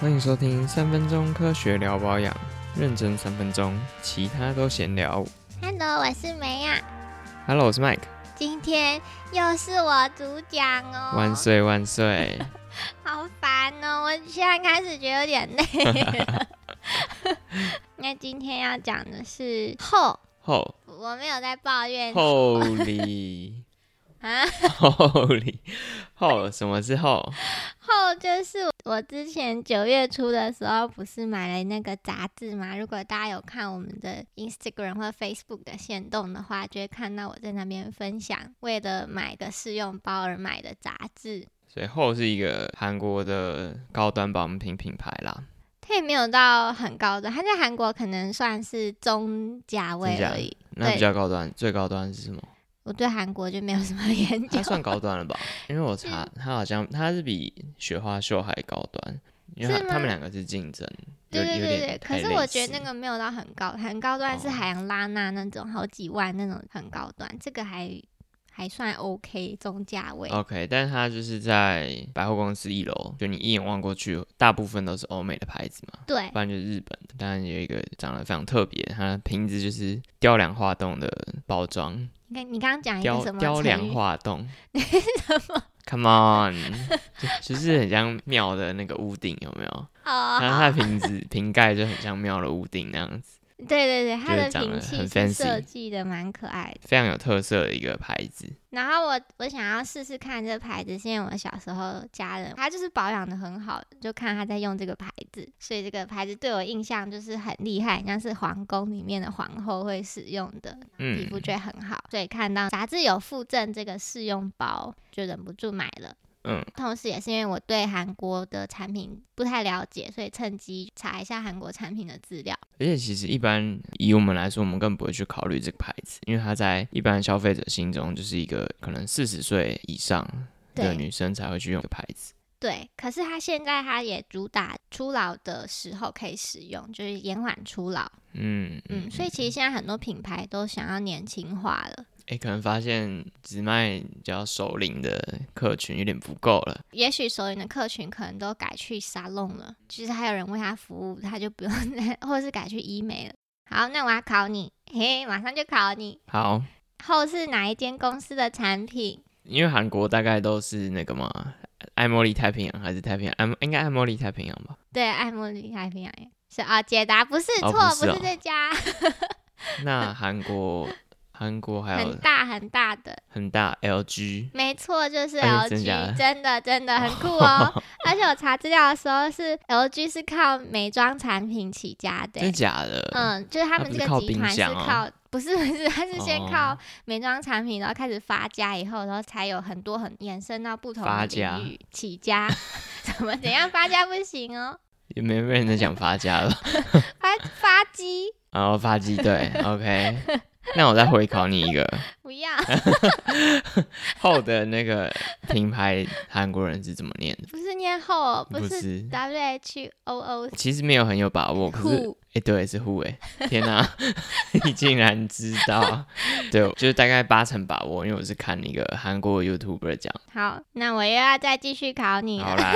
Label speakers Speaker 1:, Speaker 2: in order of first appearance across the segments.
Speaker 1: 欢迎收听三分钟科学聊保养，认真三分钟，其他都闲聊。
Speaker 2: Hello，我是梅亚，
Speaker 1: Hello，我是 Mike，
Speaker 2: 今天又是我主讲哦，
Speaker 1: 万岁万 岁！
Speaker 2: 好烦哦，我现在开始觉得有点累。 那今天要讲的是后，
Speaker 1: 后
Speaker 2: 我没有在抱怨
Speaker 1: 后 里
Speaker 2: 啊，
Speaker 1: 后里后，什么是后？
Speaker 2: 后就是我之前九月初的时候不是买了那个杂志嘛，如果大家有看我们的 Instagram 或 Facebook 的限动的话，就会看到我在那边分享为了买个试用包而买的杂志。
Speaker 1: 所以后是一个韩国的高端保养品品牌啦，
Speaker 2: 它也没有到很高的，它在韩国可能算是中价位
Speaker 1: 真假
Speaker 2: 而已。
Speaker 1: 那比较高端，最高端是什么？
Speaker 2: 我对韩国就没有什么 研究
Speaker 1: 它，算高端了 吧？因为我查，它好像它是比雪花秀还高端，因为它
Speaker 2: 是吗
Speaker 1: 它们两个是竞争，有
Speaker 2: 对对
Speaker 1: 有
Speaker 2: 对
Speaker 1: 点
Speaker 2: 对。
Speaker 1: 太
Speaker 2: 可是
Speaker 1: 类
Speaker 2: 我觉得
Speaker 1: 似
Speaker 2: 那个没有到很高，很高端是
Speaker 1: 哦
Speaker 2: 海洋拉娜那种好几万那种很高端，这个还还算 OK 中价位。
Speaker 1: OK，但是它就是在百货公司一楼，就你一眼望过去，大部分都是欧美的牌子嘛，
Speaker 2: 对
Speaker 1: 不然就是日本的。当然有一个长得非常特别，它的瓶子就是雕梁画栋的包装，
Speaker 2: 你哎看你刚刚讲一个
Speaker 1: 雕
Speaker 2: 什么
Speaker 1: 雕
Speaker 2: 成
Speaker 1: 梁
Speaker 2: 语？
Speaker 1: 画 栋。Come on，就就是很像庙的那个屋顶，有没有？
Speaker 2: 哦，
Speaker 1: 然后
Speaker 2: 好
Speaker 1: 它的瓶子瓶盖就很像庙的屋顶那样子，
Speaker 2: 对对对，它
Speaker 1: 就是
Speaker 2: 的
Speaker 1: 长得
Speaker 2: 瓶器
Speaker 1: 很
Speaker 2: 是
Speaker 1: fancy
Speaker 2: 设计的蛮可爱的。
Speaker 1: 非常有特色的一个牌 子。
Speaker 2: 然后我我想要试试看这个牌子，是因为我小时候家人他就是保养的很好，就看他在用这个牌子，所以这个牌子对我印象就是很厉害，像是皇宫里面的皇后会使用的，皮
Speaker 1: 嗯
Speaker 2: 肤就会很好。所以看到杂志有附赠这个试用包，就忍不住买了。
Speaker 1: 嗯，
Speaker 2: 同时，也是因为我对韩国的产品不太了解，所以趁机查一下韩国产品的资料。
Speaker 1: 而且其实一般以我们来说，我们更不会去考虑这个牌子，因为它在一般消费者心中就是一个可能四十岁以上的
Speaker 2: 对
Speaker 1: 女生才会去用的牌子。
Speaker 2: 对，可是它现在它也主打初老的时候可以使用，就是延缓初老。
Speaker 1: 嗯
Speaker 2: 嗯，所以其实现在很多品牌都想要年轻化了，
Speaker 1: 哎、诶可能发现只卖比较熟龄的客群有点不够了。
Speaker 2: 也许所有的客群可能都改去沙龙了，就是还有人为他服务，他就不用 再，或者是改去医美了。好，那我要考你，嘿，马上就考你，
Speaker 1: 好，
Speaker 2: 后是哪一间公司的产品？
Speaker 1: 因为韩国大概都是那个嘛，爱茉莉太平洋还是太平洋？爱应该爱茉莉太平洋吧？
Speaker 2: 对，爱茉莉太平洋耶是啊、解答不是
Speaker 1: 哦
Speaker 2: 错，
Speaker 1: 不是哦
Speaker 2: 不是这家，
Speaker 1: 那韩国韩国还有
Speaker 2: 很大很大的，
Speaker 1: 很大 LG，
Speaker 2: 没错，就是
Speaker 1: 哎
Speaker 2: LG，
Speaker 1: 真假的
Speaker 2: 真的真的很酷 哦。而且我查资料的时候是 LG 是靠美妆产品起家的耶
Speaker 1: 真，假的？
Speaker 2: 嗯，就是
Speaker 1: 它
Speaker 2: 他们
Speaker 1: 不
Speaker 2: 这
Speaker 1: 是
Speaker 2: 个
Speaker 1: 靠
Speaker 2: 集
Speaker 1: 冰
Speaker 2: 团是
Speaker 1: 箱哦
Speaker 2: 靠，不是不是，它是先
Speaker 1: 哦
Speaker 2: 靠美妆产品，然后开始发家以后，然后才有很多很延伸到不同
Speaker 1: 发
Speaker 2: 的
Speaker 1: 家
Speaker 2: 领域起家。 怎么怎样发家不行哦？
Speaker 1: 也没被人在讲发家了吧。
Speaker 2: 发发鸡
Speaker 1: 然后哦发际对，OK。那我再回考你一个
Speaker 2: 不 要，
Speaker 1: 后的那个品牌，韩国人是怎么念的？
Speaker 2: 不是念后哦，不
Speaker 1: 不
Speaker 2: 是
Speaker 1: 是，
Speaker 2: W H O O
Speaker 1: 其实没有很有把握，可是
Speaker 2: 酷。
Speaker 1: 哎、对，是护哎、天哪、 你竟然知道？对，就是大概八成把握，因为我是看一个韩国 YouTuber 讲。
Speaker 2: 好，那我又要再继续考你了
Speaker 1: 好。啦，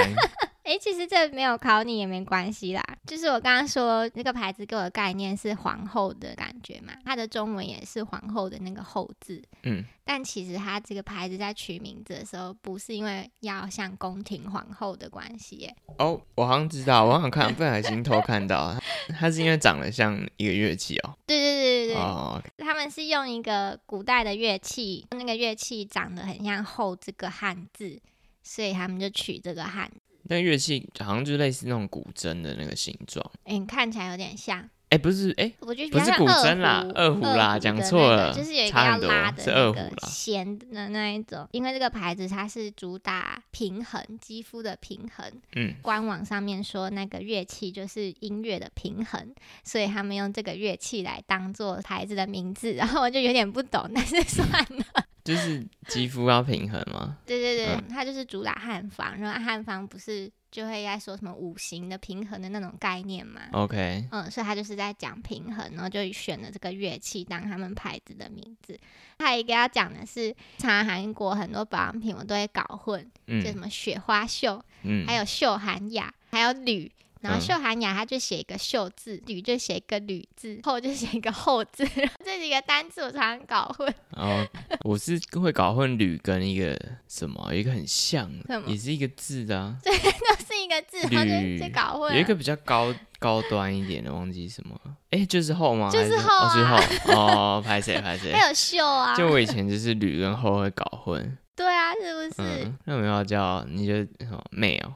Speaker 2: 诶，其实这没有考你也没关系啦，就是我刚刚说那个牌子给我的概念是皇后的感觉嘛，它的中文也是皇后的那个后字，
Speaker 1: 嗯，
Speaker 2: 但其实它这个牌子在取名字的时候，不是因为要像宫廷皇后的关系耶，
Speaker 1: 哦，我好像知道，我好像看不小心偷看到，它是因为长得像一个乐器哦。
Speaker 2: 对对对对对，
Speaker 1: 哦，
Speaker 2: 他们是用一个古代的乐器，那个乐器长得很像“后”这个汉字，所以他们就取这个汉，
Speaker 1: 那乐器好像就类似那种古筝的那个形状。
Speaker 2: 嗯，看起来有点像，
Speaker 1: 哎、不是，哎、
Speaker 2: 我觉得比
Speaker 1: 不
Speaker 2: 较
Speaker 1: 是
Speaker 2: 像
Speaker 1: 古
Speaker 2: 二
Speaker 1: 筝啦
Speaker 2: 胡
Speaker 1: 二胡啦
Speaker 2: 的
Speaker 1: 讲
Speaker 2: 那
Speaker 1: 错
Speaker 2: 个
Speaker 1: 了
Speaker 2: 就是有一个
Speaker 1: 差
Speaker 2: 要
Speaker 1: 很多
Speaker 2: 拉的
Speaker 1: 是
Speaker 2: 那
Speaker 1: 二胡
Speaker 2: 个
Speaker 1: 啦
Speaker 2: 弦的那一种，因为这个牌子它是主打平衡肌肤的平衡，
Speaker 1: 嗯，
Speaker 2: 官网上面说那个乐器就是音乐的平衡，所以他们用这个乐器来当做牌子的名字，然后我就有点不懂，但是算了，
Speaker 1: 就是肌肤要平衡嘛。
Speaker 2: 对对对
Speaker 1: 嗯，
Speaker 2: 它就是主打汉方，然后汉方不是就会在说什么五行的平衡的那种概念嘛，
Speaker 1: OK，
Speaker 2: 嗯，所以他就是在讲平衡，然后就选了这个乐器当他们牌子的名字。还有一个要讲的是，常常韩国很多保养品我都会搞混，就什
Speaker 1: 嗯
Speaker 2: 么雪花秀，
Speaker 1: 嗯，
Speaker 2: 还有秀涵雅，还有铝。然后
Speaker 1: 嗯
Speaker 2: 秀涵雅她就写一个秀字，吕就写一个吕字，后就写一个后字， 然后这几个单字我常常搞混。
Speaker 1: 然后我是会搞混吕跟一个什么，有一个很像
Speaker 2: 什
Speaker 1: 的，
Speaker 2: 么
Speaker 1: 也是一个字的、啊，
Speaker 2: 是一个字，然后就
Speaker 1: 吕
Speaker 2: 就搞混了。
Speaker 1: 有一个比较高高端一点的，忘记什么了，哎，就是后吗？
Speaker 2: 就是
Speaker 1: 还
Speaker 2: 后啊
Speaker 1: 哦，就是后，哦，拍谁拍 谁。
Speaker 2: 还有秀啊，
Speaker 1: 就我以前就是吕跟后会搞混，
Speaker 2: 对啊，是不是？
Speaker 1: 嗯，那我们要叫你就哦妹哦，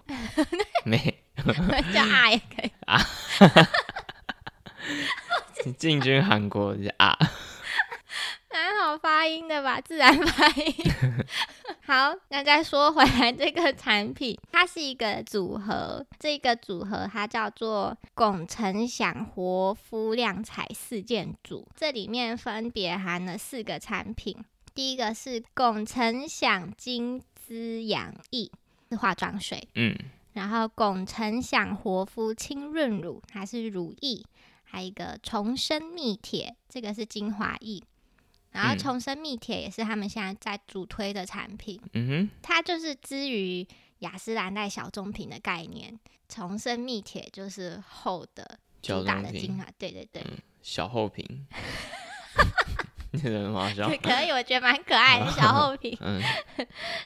Speaker 1: 妹，
Speaker 2: 叫啊也可以，
Speaker 1: 进军韩国就是啊，
Speaker 2: 蛮好发音的吧，自然发音。 好，那再说回来这个产品，它是一个组合，这个组合它叫做拱辰享活肤亮彩四件组，这里面分别含了四个产品，第一个是拱辰享金滋养液，是化妆水。
Speaker 1: 嗯，
Speaker 2: 然后拱辰享活肤清润乳，它是乳液，还有一个重生蜜铁，这个是精华液。然后
Speaker 1: 嗯
Speaker 2: 重生蜜铁也是他们现在在主推的产品，
Speaker 1: 嗯
Speaker 2: 它就是基于雅诗兰黛小棕瓶的概念，重生蜜铁就是厚的
Speaker 1: 哼，
Speaker 2: 主
Speaker 1: 小棕
Speaker 2: 打的精
Speaker 1: 瓶，嗯
Speaker 2: 华，对对对，
Speaker 1: 小厚 瓶， 你怎么好笑？。
Speaker 2: 可以，我觉得蛮可爱的小厚瓶
Speaker 1: 嗯，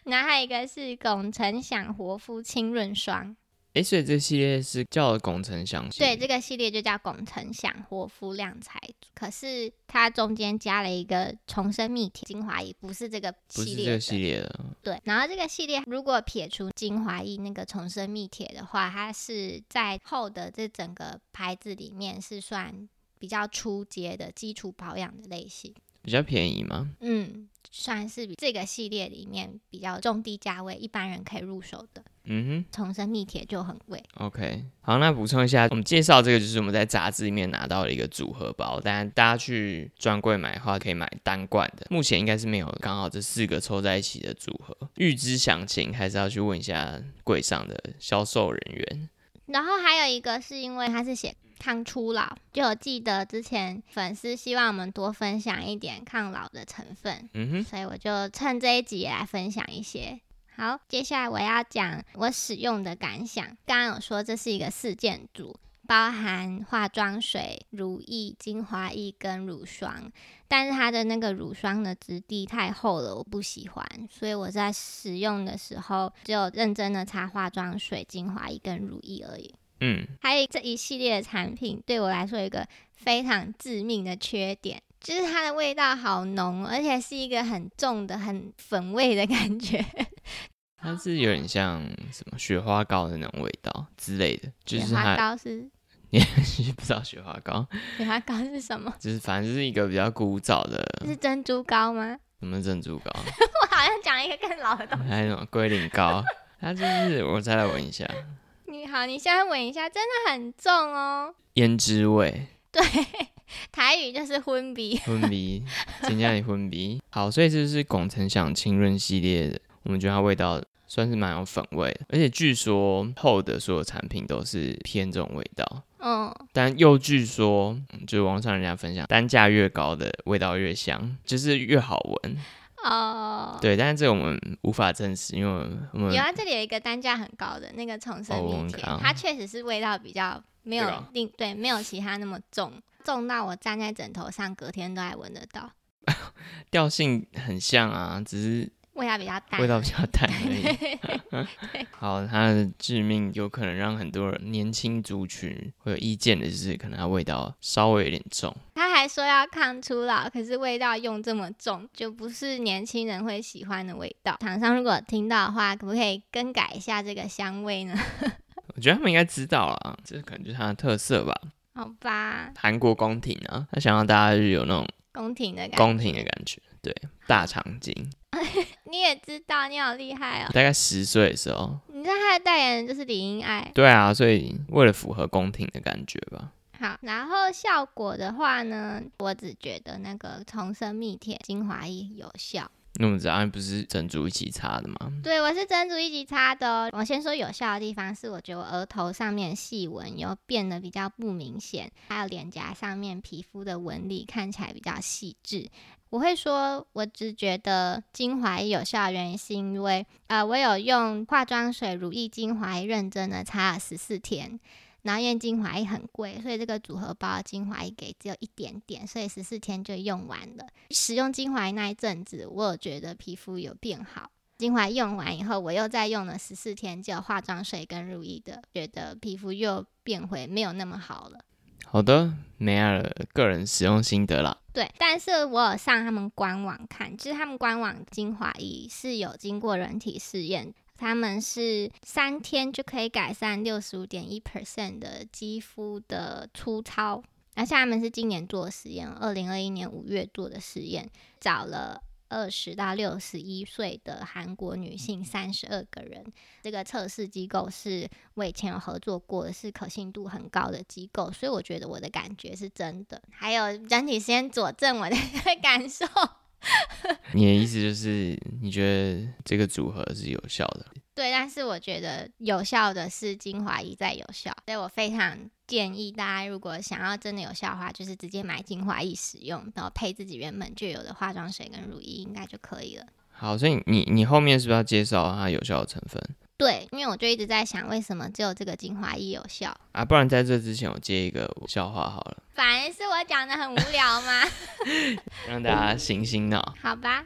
Speaker 2: 然后还有一个是拱辰享活肤清润霜，
Speaker 1: 哎，所以这系列是叫工程详细，
Speaker 2: 对，这个系列就叫拱辰享活肤亮彩组，可是它中间加了一个重生蜜铁精华液，不是这个
Speaker 1: 不
Speaker 2: 系
Speaker 1: 是这
Speaker 2: 列
Speaker 1: 个
Speaker 2: 的。
Speaker 1: 系列的，
Speaker 2: 对，然后这个系列如果撇除精华液那个重生蜜铁的话，它是在后的这整个牌子里面是算比较初阶的基础保养的类型。
Speaker 1: 比较便宜嘛，
Speaker 2: 嗯，算是比这个系列里面比较中低价位，一般人可以入手的。
Speaker 1: 嗯
Speaker 2: 重生蜜铁就很贵，
Speaker 1: 哼，OK，好，那补充一下，我们介绍这个就是我们在杂志里面拿到的一个组合包，当然大家去专柜买的话可以买单罐的，目前应该是没有刚好这四个凑在一起的组合，预知详情还是要去问一下柜上的销售人员，
Speaker 2: 然后还有一个是因为它是写抗初老，就我记得之前粉丝希望我们多分享一点抗老的成分，
Speaker 1: 嗯哼。
Speaker 2: 所以我就趁这一集也来分享一些。好，接下来我要讲我使用的感想。刚刚有说这是一个四件组，包含化妆水、乳液、精华液跟乳霜，但是它的那个乳霜的质地太厚了，我不喜欢，所以我在使用的时候只有认真的擦化妆水、精华液跟乳液而已。
Speaker 1: 嗯，
Speaker 2: 还有这一系列的产品对我来说有一个非常致命的缺点，就是它的味道好浓，而且是一个很重的、很粉味的感觉。
Speaker 1: 它是有点像什么雪花膏的那种味道之类的，就
Speaker 2: 雪
Speaker 1: 是它
Speaker 2: 花膏是
Speaker 1: 不知道雪花膏，
Speaker 2: 雪花膏是什么？
Speaker 1: 就是反正就是一个比较古早的
Speaker 2: 是珍珠膏吗？
Speaker 1: 什么珍珠膏，
Speaker 2: 我好像讲一个更老的东西。
Speaker 1: 还有什么龟苓膏，它就是我再来闻一下
Speaker 2: 你好，你现在闻一下，真的很重哦。
Speaker 1: 胭脂味，
Speaker 2: 对，台语就是昏鼻。
Speaker 1: 昏迷，增加你昏迷。好，所以这就是拱辰享清润系列的，我们觉得它味道算是蛮有粉味的，而且据说后的所有产品都是偏这种味道。
Speaker 2: 嗯，
Speaker 1: 但又据说，嗯就是网上人家分享，单价越高的味道越香，就是越好闻。
Speaker 2: 哦，
Speaker 1: 对，但是这个我们无法证实，因为我们我们
Speaker 2: 有啊，这里有一个单价很高的那个重
Speaker 1: 哦
Speaker 2: 生
Speaker 1: 我
Speaker 2: 蜜
Speaker 1: 们
Speaker 2: 铁，
Speaker 1: 看啊
Speaker 2: 它确实是味道比较没
Speaker 1: 对
Speaker 2: 有
Speaker 1: 啊
Speaker 2: 另对没有其他那么重，重到我站在枕头上隔天都还闻得到，
Speaker 1: 调性很像啊，只是
Speaker 2: 味道比较淡。
Speaker 1: 味道比较淡而已。 好，它的致命有可能让很多人年轻族群会有意见的，就是可能它味道稍微有点重。
Speaker 2: 他还说要抗初老，可是味道用这么重，就不是年轻人会喜欢的味道。厂商如果听到的话，可不可以更改一下这个香味呢？
Speaker 1: 我觉得他们应该知道啦，这可能就是它的特色吧。
Speaker 2: 好吧，
Speaker 1: 韩国宫廷啊，他想让大家就是有那种
Speaker 2: 宫廷的感觉，
Speaker 1: 宫廷的感觉，对，大长今。
Speaker 2: 你也知道，你好厉害哦。
Speaker 1: 大概十岁的时候，
Speaker 2: 你知道他的代言人就是李英爱，
Speaker 1: 对啊，所以为了符合宫廷的感觉吧，
Speaker 2: 好，然后效果的话呢，我只觉得那个重生蜜铁精华液有效。
Speaker 1: 那我们知道不是整组一起擦的吗？
Speaker 2: 对我是珍珠一级擦的哦。我先说有效的地方是，我觉得我额头上面细纹有变得比较不明显，还有脸颊上面皮肤的纹理看起来比较细致。我会说，我只觉得精华液有效的原因是因为，呃，我有用化妆水、乳液、精华液认真的擦了十四天，然后因为精华液很贵，所以这个组合包的精华液给只有一点点，所以十四天就用完了。使用精华液那一阵子，我有觉得皮肤有变好。精华用完以后，我又再用了十四天，只有化妆水跟乳液的，觉得皮肤又变回没有那么好了。
Speaker 1: 好的，梅尔个人使用心得啦。
Speaker 2: 对，但是我有上他们官网看，就是他们官网精华液是有经过人体试验，他们是三天就可以改善六十五点一 percent 的肌肤的粗糙，而且他们是今年做的实验，二零二一年五月做的实验，找了。二十到六十一岁的韩国女性三十二个人，这个测试机构是我以前有合作过，是可信度很高的机构，所以我觉得我的感觉是真的。还有人体实验佐证我的 感受，
Speaker 1: 你的意思就是你觉得这个组合是有效的？
Speaker 2: 对，但是我觉得有效的是精华一再有效，所以我非常建议大家，如果想要真的有效的话，就是直接买精华液使用，然后配自己原本就有的化妆水跟乳液，应该就可以了。
Speaker 1: 好，所以你你后面是不是要介绍它有效的成分
Speaker 2: 对，因为我就一直在想，为什么只有这个精华液有效？
Speaker 1: 啊？不然在这之前我接一个笑话好了，
Speaker 2: 反而是我讲的很无聊吗？
Speaker 1: 让大家醒醒脑。
Speaker 2: 好吧，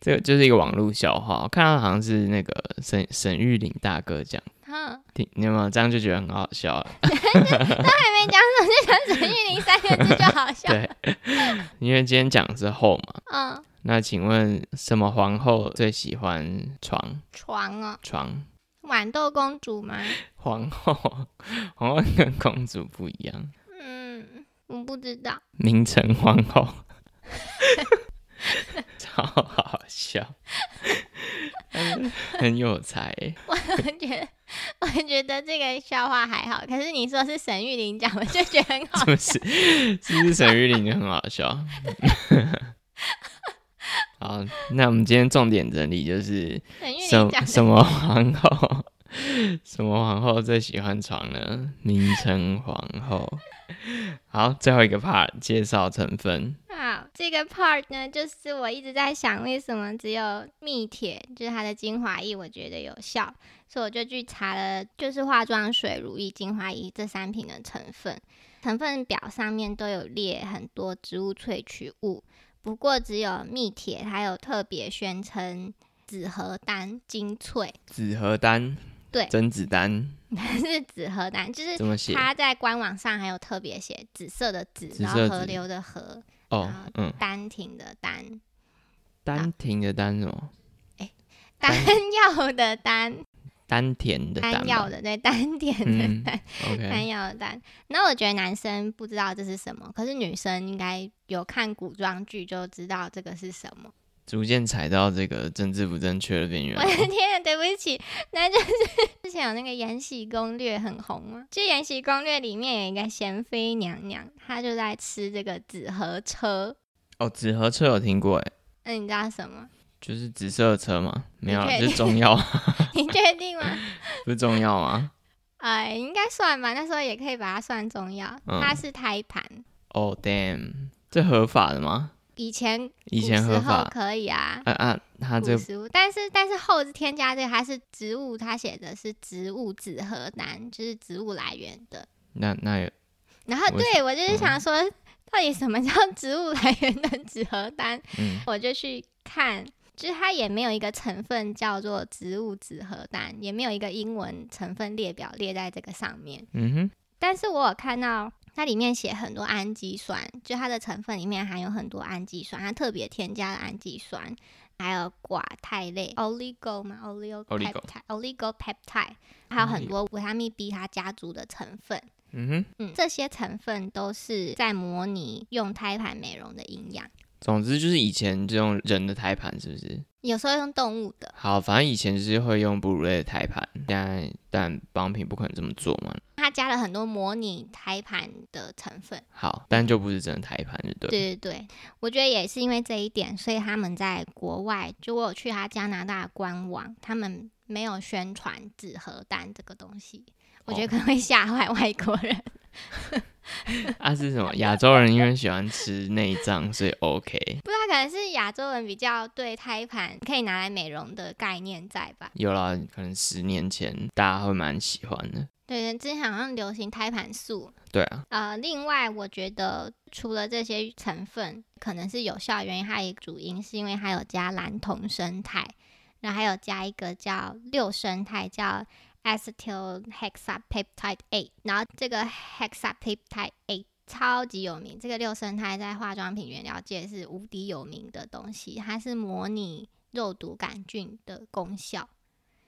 Speaker 1: 这个就是一个网络笑话，我看到好像是那个沈沈玉林大哥讲，
Speaker 2: 哼，
Speaker 1: 听你有没有这样就觉得很好笑了？
Speaker 2: 还没讲什么就讲沈玉玲三个字就好笑。
Speaker 1: 对， 因为今天讲的是后嘛，
Speaker 2: 嗯，
Speaker 1: 那请问什么皇后最喜欢床
Speaker 2: 床哦，
Speaker 1: 床？
Speaker 2: 豌豆公主吗？
Speaker 1: 皇后， 皇后跟公主不一样，
Speaker 2: 嗯，我不知道。
Speaker 1: 名臣皇后， 超好笑，很有才欸。
Speaker 2: 我觉得，我觉得这个笑话还好，可是你说是沈玉玲讲，我就觉得很好
Speaker 1: 是不是？是不是沈玉琳就很好笑？ 好，那我们今天重点整理就是
Speaker 2: 沈玉
Speaker 1: 什
Speaker 2: 玲讲
Speaker 1: 什
Speaker 2: 的，
Speaker 1: 么皇后，什么皇后最喜欢床呢？名称皇后。好，最后一个 part 介绍成分。
Speaker 2: 好，这个 part 呢，就是我一直在想，为什么只有蜜铁，就是它的精华液，我觉得有效，所以我就去查了，就是化妆水、乳液、精华液这三瓶的成分，成分表上面都有列很多植物萃取物，不过只有蜜铁它有特别宣称紫核丹精粹，
Speaker 1: 紫核丹，
Speaker 2: 对
Speaker 1: 甄子丹
Speaker 2: 是紫核丹，就是
Speaker 1: 怎么写？
Speaker 2: 它在官网上还有特别写紫色的紫，
Speaker 1: 紫
Speaker 2: 然
Speaker 1: 色
Speaker 2: 后河
Speaker 1: 紫
Speaker 2: 流的河，
Speaker 1: 哦，嗯，
Speaker 2: 丹亭的丹，
Speaker 1: 丹
Speaker 2: 啊
Speaker 1: 亭的丹什么？
Speaker 2: 丹
Speaker 1: 丹
Speaker 2: 药的丹，
Speaker 1: 丹田的丹
Speaker 2: 丹药
Speaker 1: 吧。
Speaker 2: 的 对，丹田
Speaker 1: 嗯
Speaker 2: 的丹， 丹
Speaker 1: OK，
Speaker 2: 药的丹。那我觉得男生不知道这是什么，可是女生应该有看古装剧就知道这个是什么。
Speaker 1: 逐渐踩到这个政治不正确的边缘
Speaker 2: 我
Speaker 1: 了。
Speaker 2: 的天啊，对不起， 那就是之前有那个《延禧攻略》很红嘛，就《延禧攻略》里面有一个贤妃娘娘，她就在吃这个紫河车。
Speaker 1: 哦，紫河车有听过哎，
Speaker 2: 那你知道什 么？
Speaker 1: 就是紫色的车嘛？没有啦，啊
Speaker 2: 你可以
Speaker 1: 就是中药，
Speaker 2: 你确定吗？
Speaker 1: 不是中药吗？
Speaker 2: 哎、应该算吧，那时候也可以把它算中药。
Speaker 1: 嗯
Speaker 2: 它是胎盘，
Speaker 1: 哦、damn，这合法的吗？
Speaker 2: 以前
Speaker 1: 以前
Speaker 2: 古
Speaker 1: 合
Speaker 2: 时候
Speaker 1: 法？
Speaker 2: 可以啊，
Speaker 1: 啊啊，他
Speaker 2: 古
Speaker 1: 这
Speaker 2: 食物，但是但是后置添加这个它是植物，它写的是植物紫核丹，就是植物来源的。
Speaker 1: 那那有
Speaker 2: 然后
Speaker 1: 我嗯
Speaker 2: 对我就是想说，到底什么叫植物来源的紫核丹？
Speaker 1: 嗯
Speaker 2: 我就去看，就是它也没有一个成分叫做植物紫核丹，也没有一个英文成分列表列在这个上面。
Speaker 1: 嗯哼，
Speaker 2: 但是我有看到它里面写很多氨基酸，就它的成分里面含有很多氨基酸，它特别添加了氨基酸，还有寡肽类 oligo 嘛
Speaker 1: Oligo
Speaker 2: oligopeptide oligopeptide，还有很
Speaker 1: Oligo
Speaker 2: 多维他命 B 它家族的成分。
Speaker 1: 嗯哼。
Speaker 2: 嗯，这些成分都是在模拟用胎盘美容的营养，
Speaker 1: 总之就是以前就用人的胎盘，是不是？
Speaker 2: 有时候用动物的。
Speaker 1: 好，反正以前就是会用哺乳类的胎盘，现在但保养品不可能这么做嘛。
Speaker 2: 它加了很多模拟胎盘的成分，
Speaker 1: 好，但就不是真的胎盘，就对。
Speaker 2: 对对对，我觉得也是因为这一点，所以他们在国外，就我有去他加拿大的官网，他们没有宣传纸盒蛋这个东西，我觉得可能会吓坏外国人。
Speaker 1: 啊是什么？亚洲人因为喜欢吃内脏，所以 OK。
Speaker 2: 不知道，可能是亚洲人比较对胎盘可以拿来美容的概念在吧？
Speaker 1: 有啦，可能十年前大家会蛮喜欢的。
Speaker 2: 对，之前好像流行胎盘素。
Speaker 1: 对啊，
Speaker 2: 呃，另外我觉得除了这些成分可能是有效的原因，还有一个主因是因为它有加蓝酮生态，然后还有加一个叫六生态叫 acetyl hexapeptide A，然后这个 hexapeptide A。超级有名，这个六生态在化妆品原料界是无敌有名的东西，它是模拟肉毒杆菌的功效，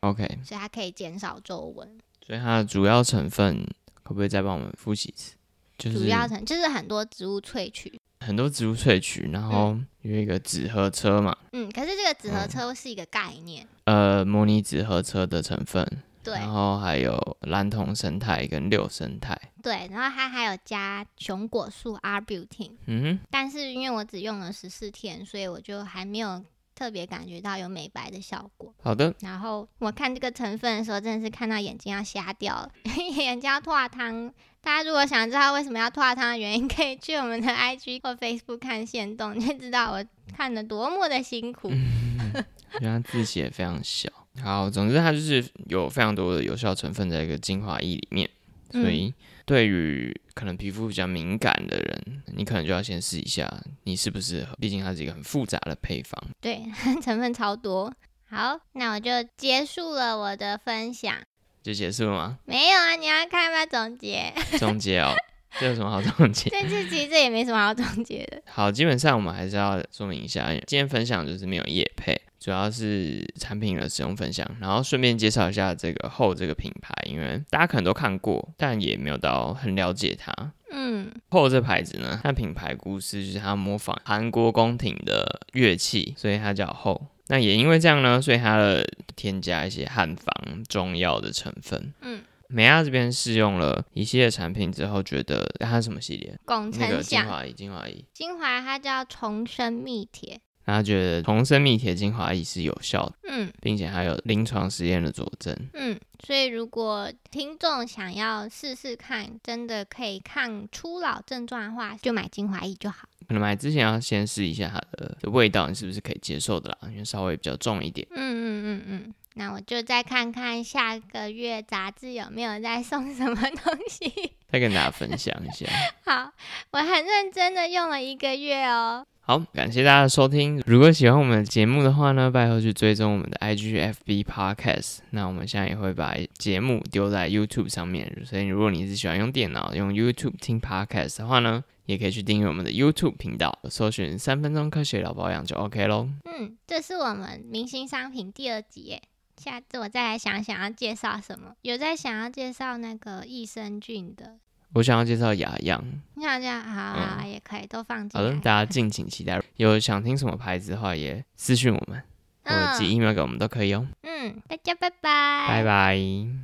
Speaker 1: OK。
Speaker 2: 所以它可以减少皱纹。
Speaker 1: 所以它的主要成分可不可以再帮我们复习一次？就是
Speaker 2: 主要成就是很多植物萃取。
Speaker 1: 很多植物萃取，然后有一个纸盒车嘛，
Speaker 2: 嗯，可是这个纸盒车是一个概念，
Speaker 1: 呃，模拟纸盒车的成分，
Speaker 2: 对
Speaker 1: 然后还有蓝酮生态跟六生态，
Speaker 2: 对，然后它还有加熊果素 R butane，
Speaker 1: 嗯
Speaker 2: 但是因为我只用了十四天，所以我就还没有特别感觉到有美白的效果。
Speaker 1: 哼，好的，
Speaker 2: 然后我看这个成分的时候，真的是看到眼睛要瞎掉了， 眼睛要脱汤。大家如果想知道为什么要脱汤的原因，可以去我们的 IG 或 Facebook 看线动，就知道我看的多么的辛苦。
Speaker 1: 因为它字写得非常小。好，总之它就是有非常多的有效成分在一个精华液里面，
Speaker 2: 嗯
Speaker 1: 所以对于可能皮肤比较敏感的人，你可能就要先试一下你适不适合，毕竟它是一个很复杂的配方。
Speaker 2: 对， 成分超多。好，那我就结束了我的分享。
Speaker 1: 就结束了吗？
Speaker 2: 没有啊，你要看吗？总 结
Speaker 1: 总结哦，这有什么好总结？
Speaker 2: 这次其实这也没什么好总结的。
Speaker 1: 好，基本上我们还是要说明一下，今天分享就是没有业配，主要是产品的使用分享，然后顺便介绍一下这个后这个品牌，因为大家可能都看过，但也没有到很了解它。
Speaker 2: 嗯，
Speaker 1: 后这牌子呢，它品牌故事就是它模仿韩国宫廷的乐器，所以它叫后。那也因为这样呢，所以它的添加一些汉方中药的成分。
Speaker 2: 嗯，
Speaker 1: 美亚这边试用了一系列产品之后，觉得它是什么系列？
Speaker 2: 拱
Speaker 1: 那个
Speaker 2: 辰
Speaker 1: 精
Speaker 2: 想
Speaker 1: 华液，精华液。
Speaker 2: 精华它叫重生蜜铁。
Speaker 1: 然后觉得重生蜜铁精华液是有效的，
Speaker 2: 嗯
Speaker 1: 并且还有临床实验的佐证。
Speaker 2: 嗯，所以如果听众想要试试看，真的可以抗初老症状的话，就买精华液就好。
Speaker 1: 可能买之前要先试一下它的味道，你是不是可以接受的啦？因为稍微比较重一点。
Speaker 2: 嗯嗯嗯嗯，那我就再看看下个月杂志有没有在送什么东西。
Speaker 1: 再跟大家分享一下。
Speaker 2: 好，我很认真的用了一个月哦。
Speaker 1: 好，感谢大家的收听。如果喜欢我们的节目的话呢，拜托去追踪我们的 IG、FB、Podcast。那我们现在也会把节目丢在 YouTube 上面，所以如果你是喜欢用电脑用 YouTube 听 Podcast 的话呢，也可以去订阅我们的 YouTube 频道，搜寻“三分钟科学老保养”就 OK 咯。
Speaker 2: 嗯，这是我们明星商品第二集耶。下次我再来想想要介绍什么。有在想要介绍那个益生菌的，
Speaker 1: 我想要介绍雅漾，
Speaker 2: 你想这样好啊、好啊也可以都放
Speaker 1: 嗯
Speaker 2: 进
Speaker 1: 好的，
Speaker 2: 来。
Speaker 1: 大家敬请期待。有想听什么牌子的话，也私讯我们，或者寄
Speaker 2: 嗯
Speaker 1: email 给我们都可以哦。
Speaker 2: 嗯，大家拜
Speaker 1: 拜拜。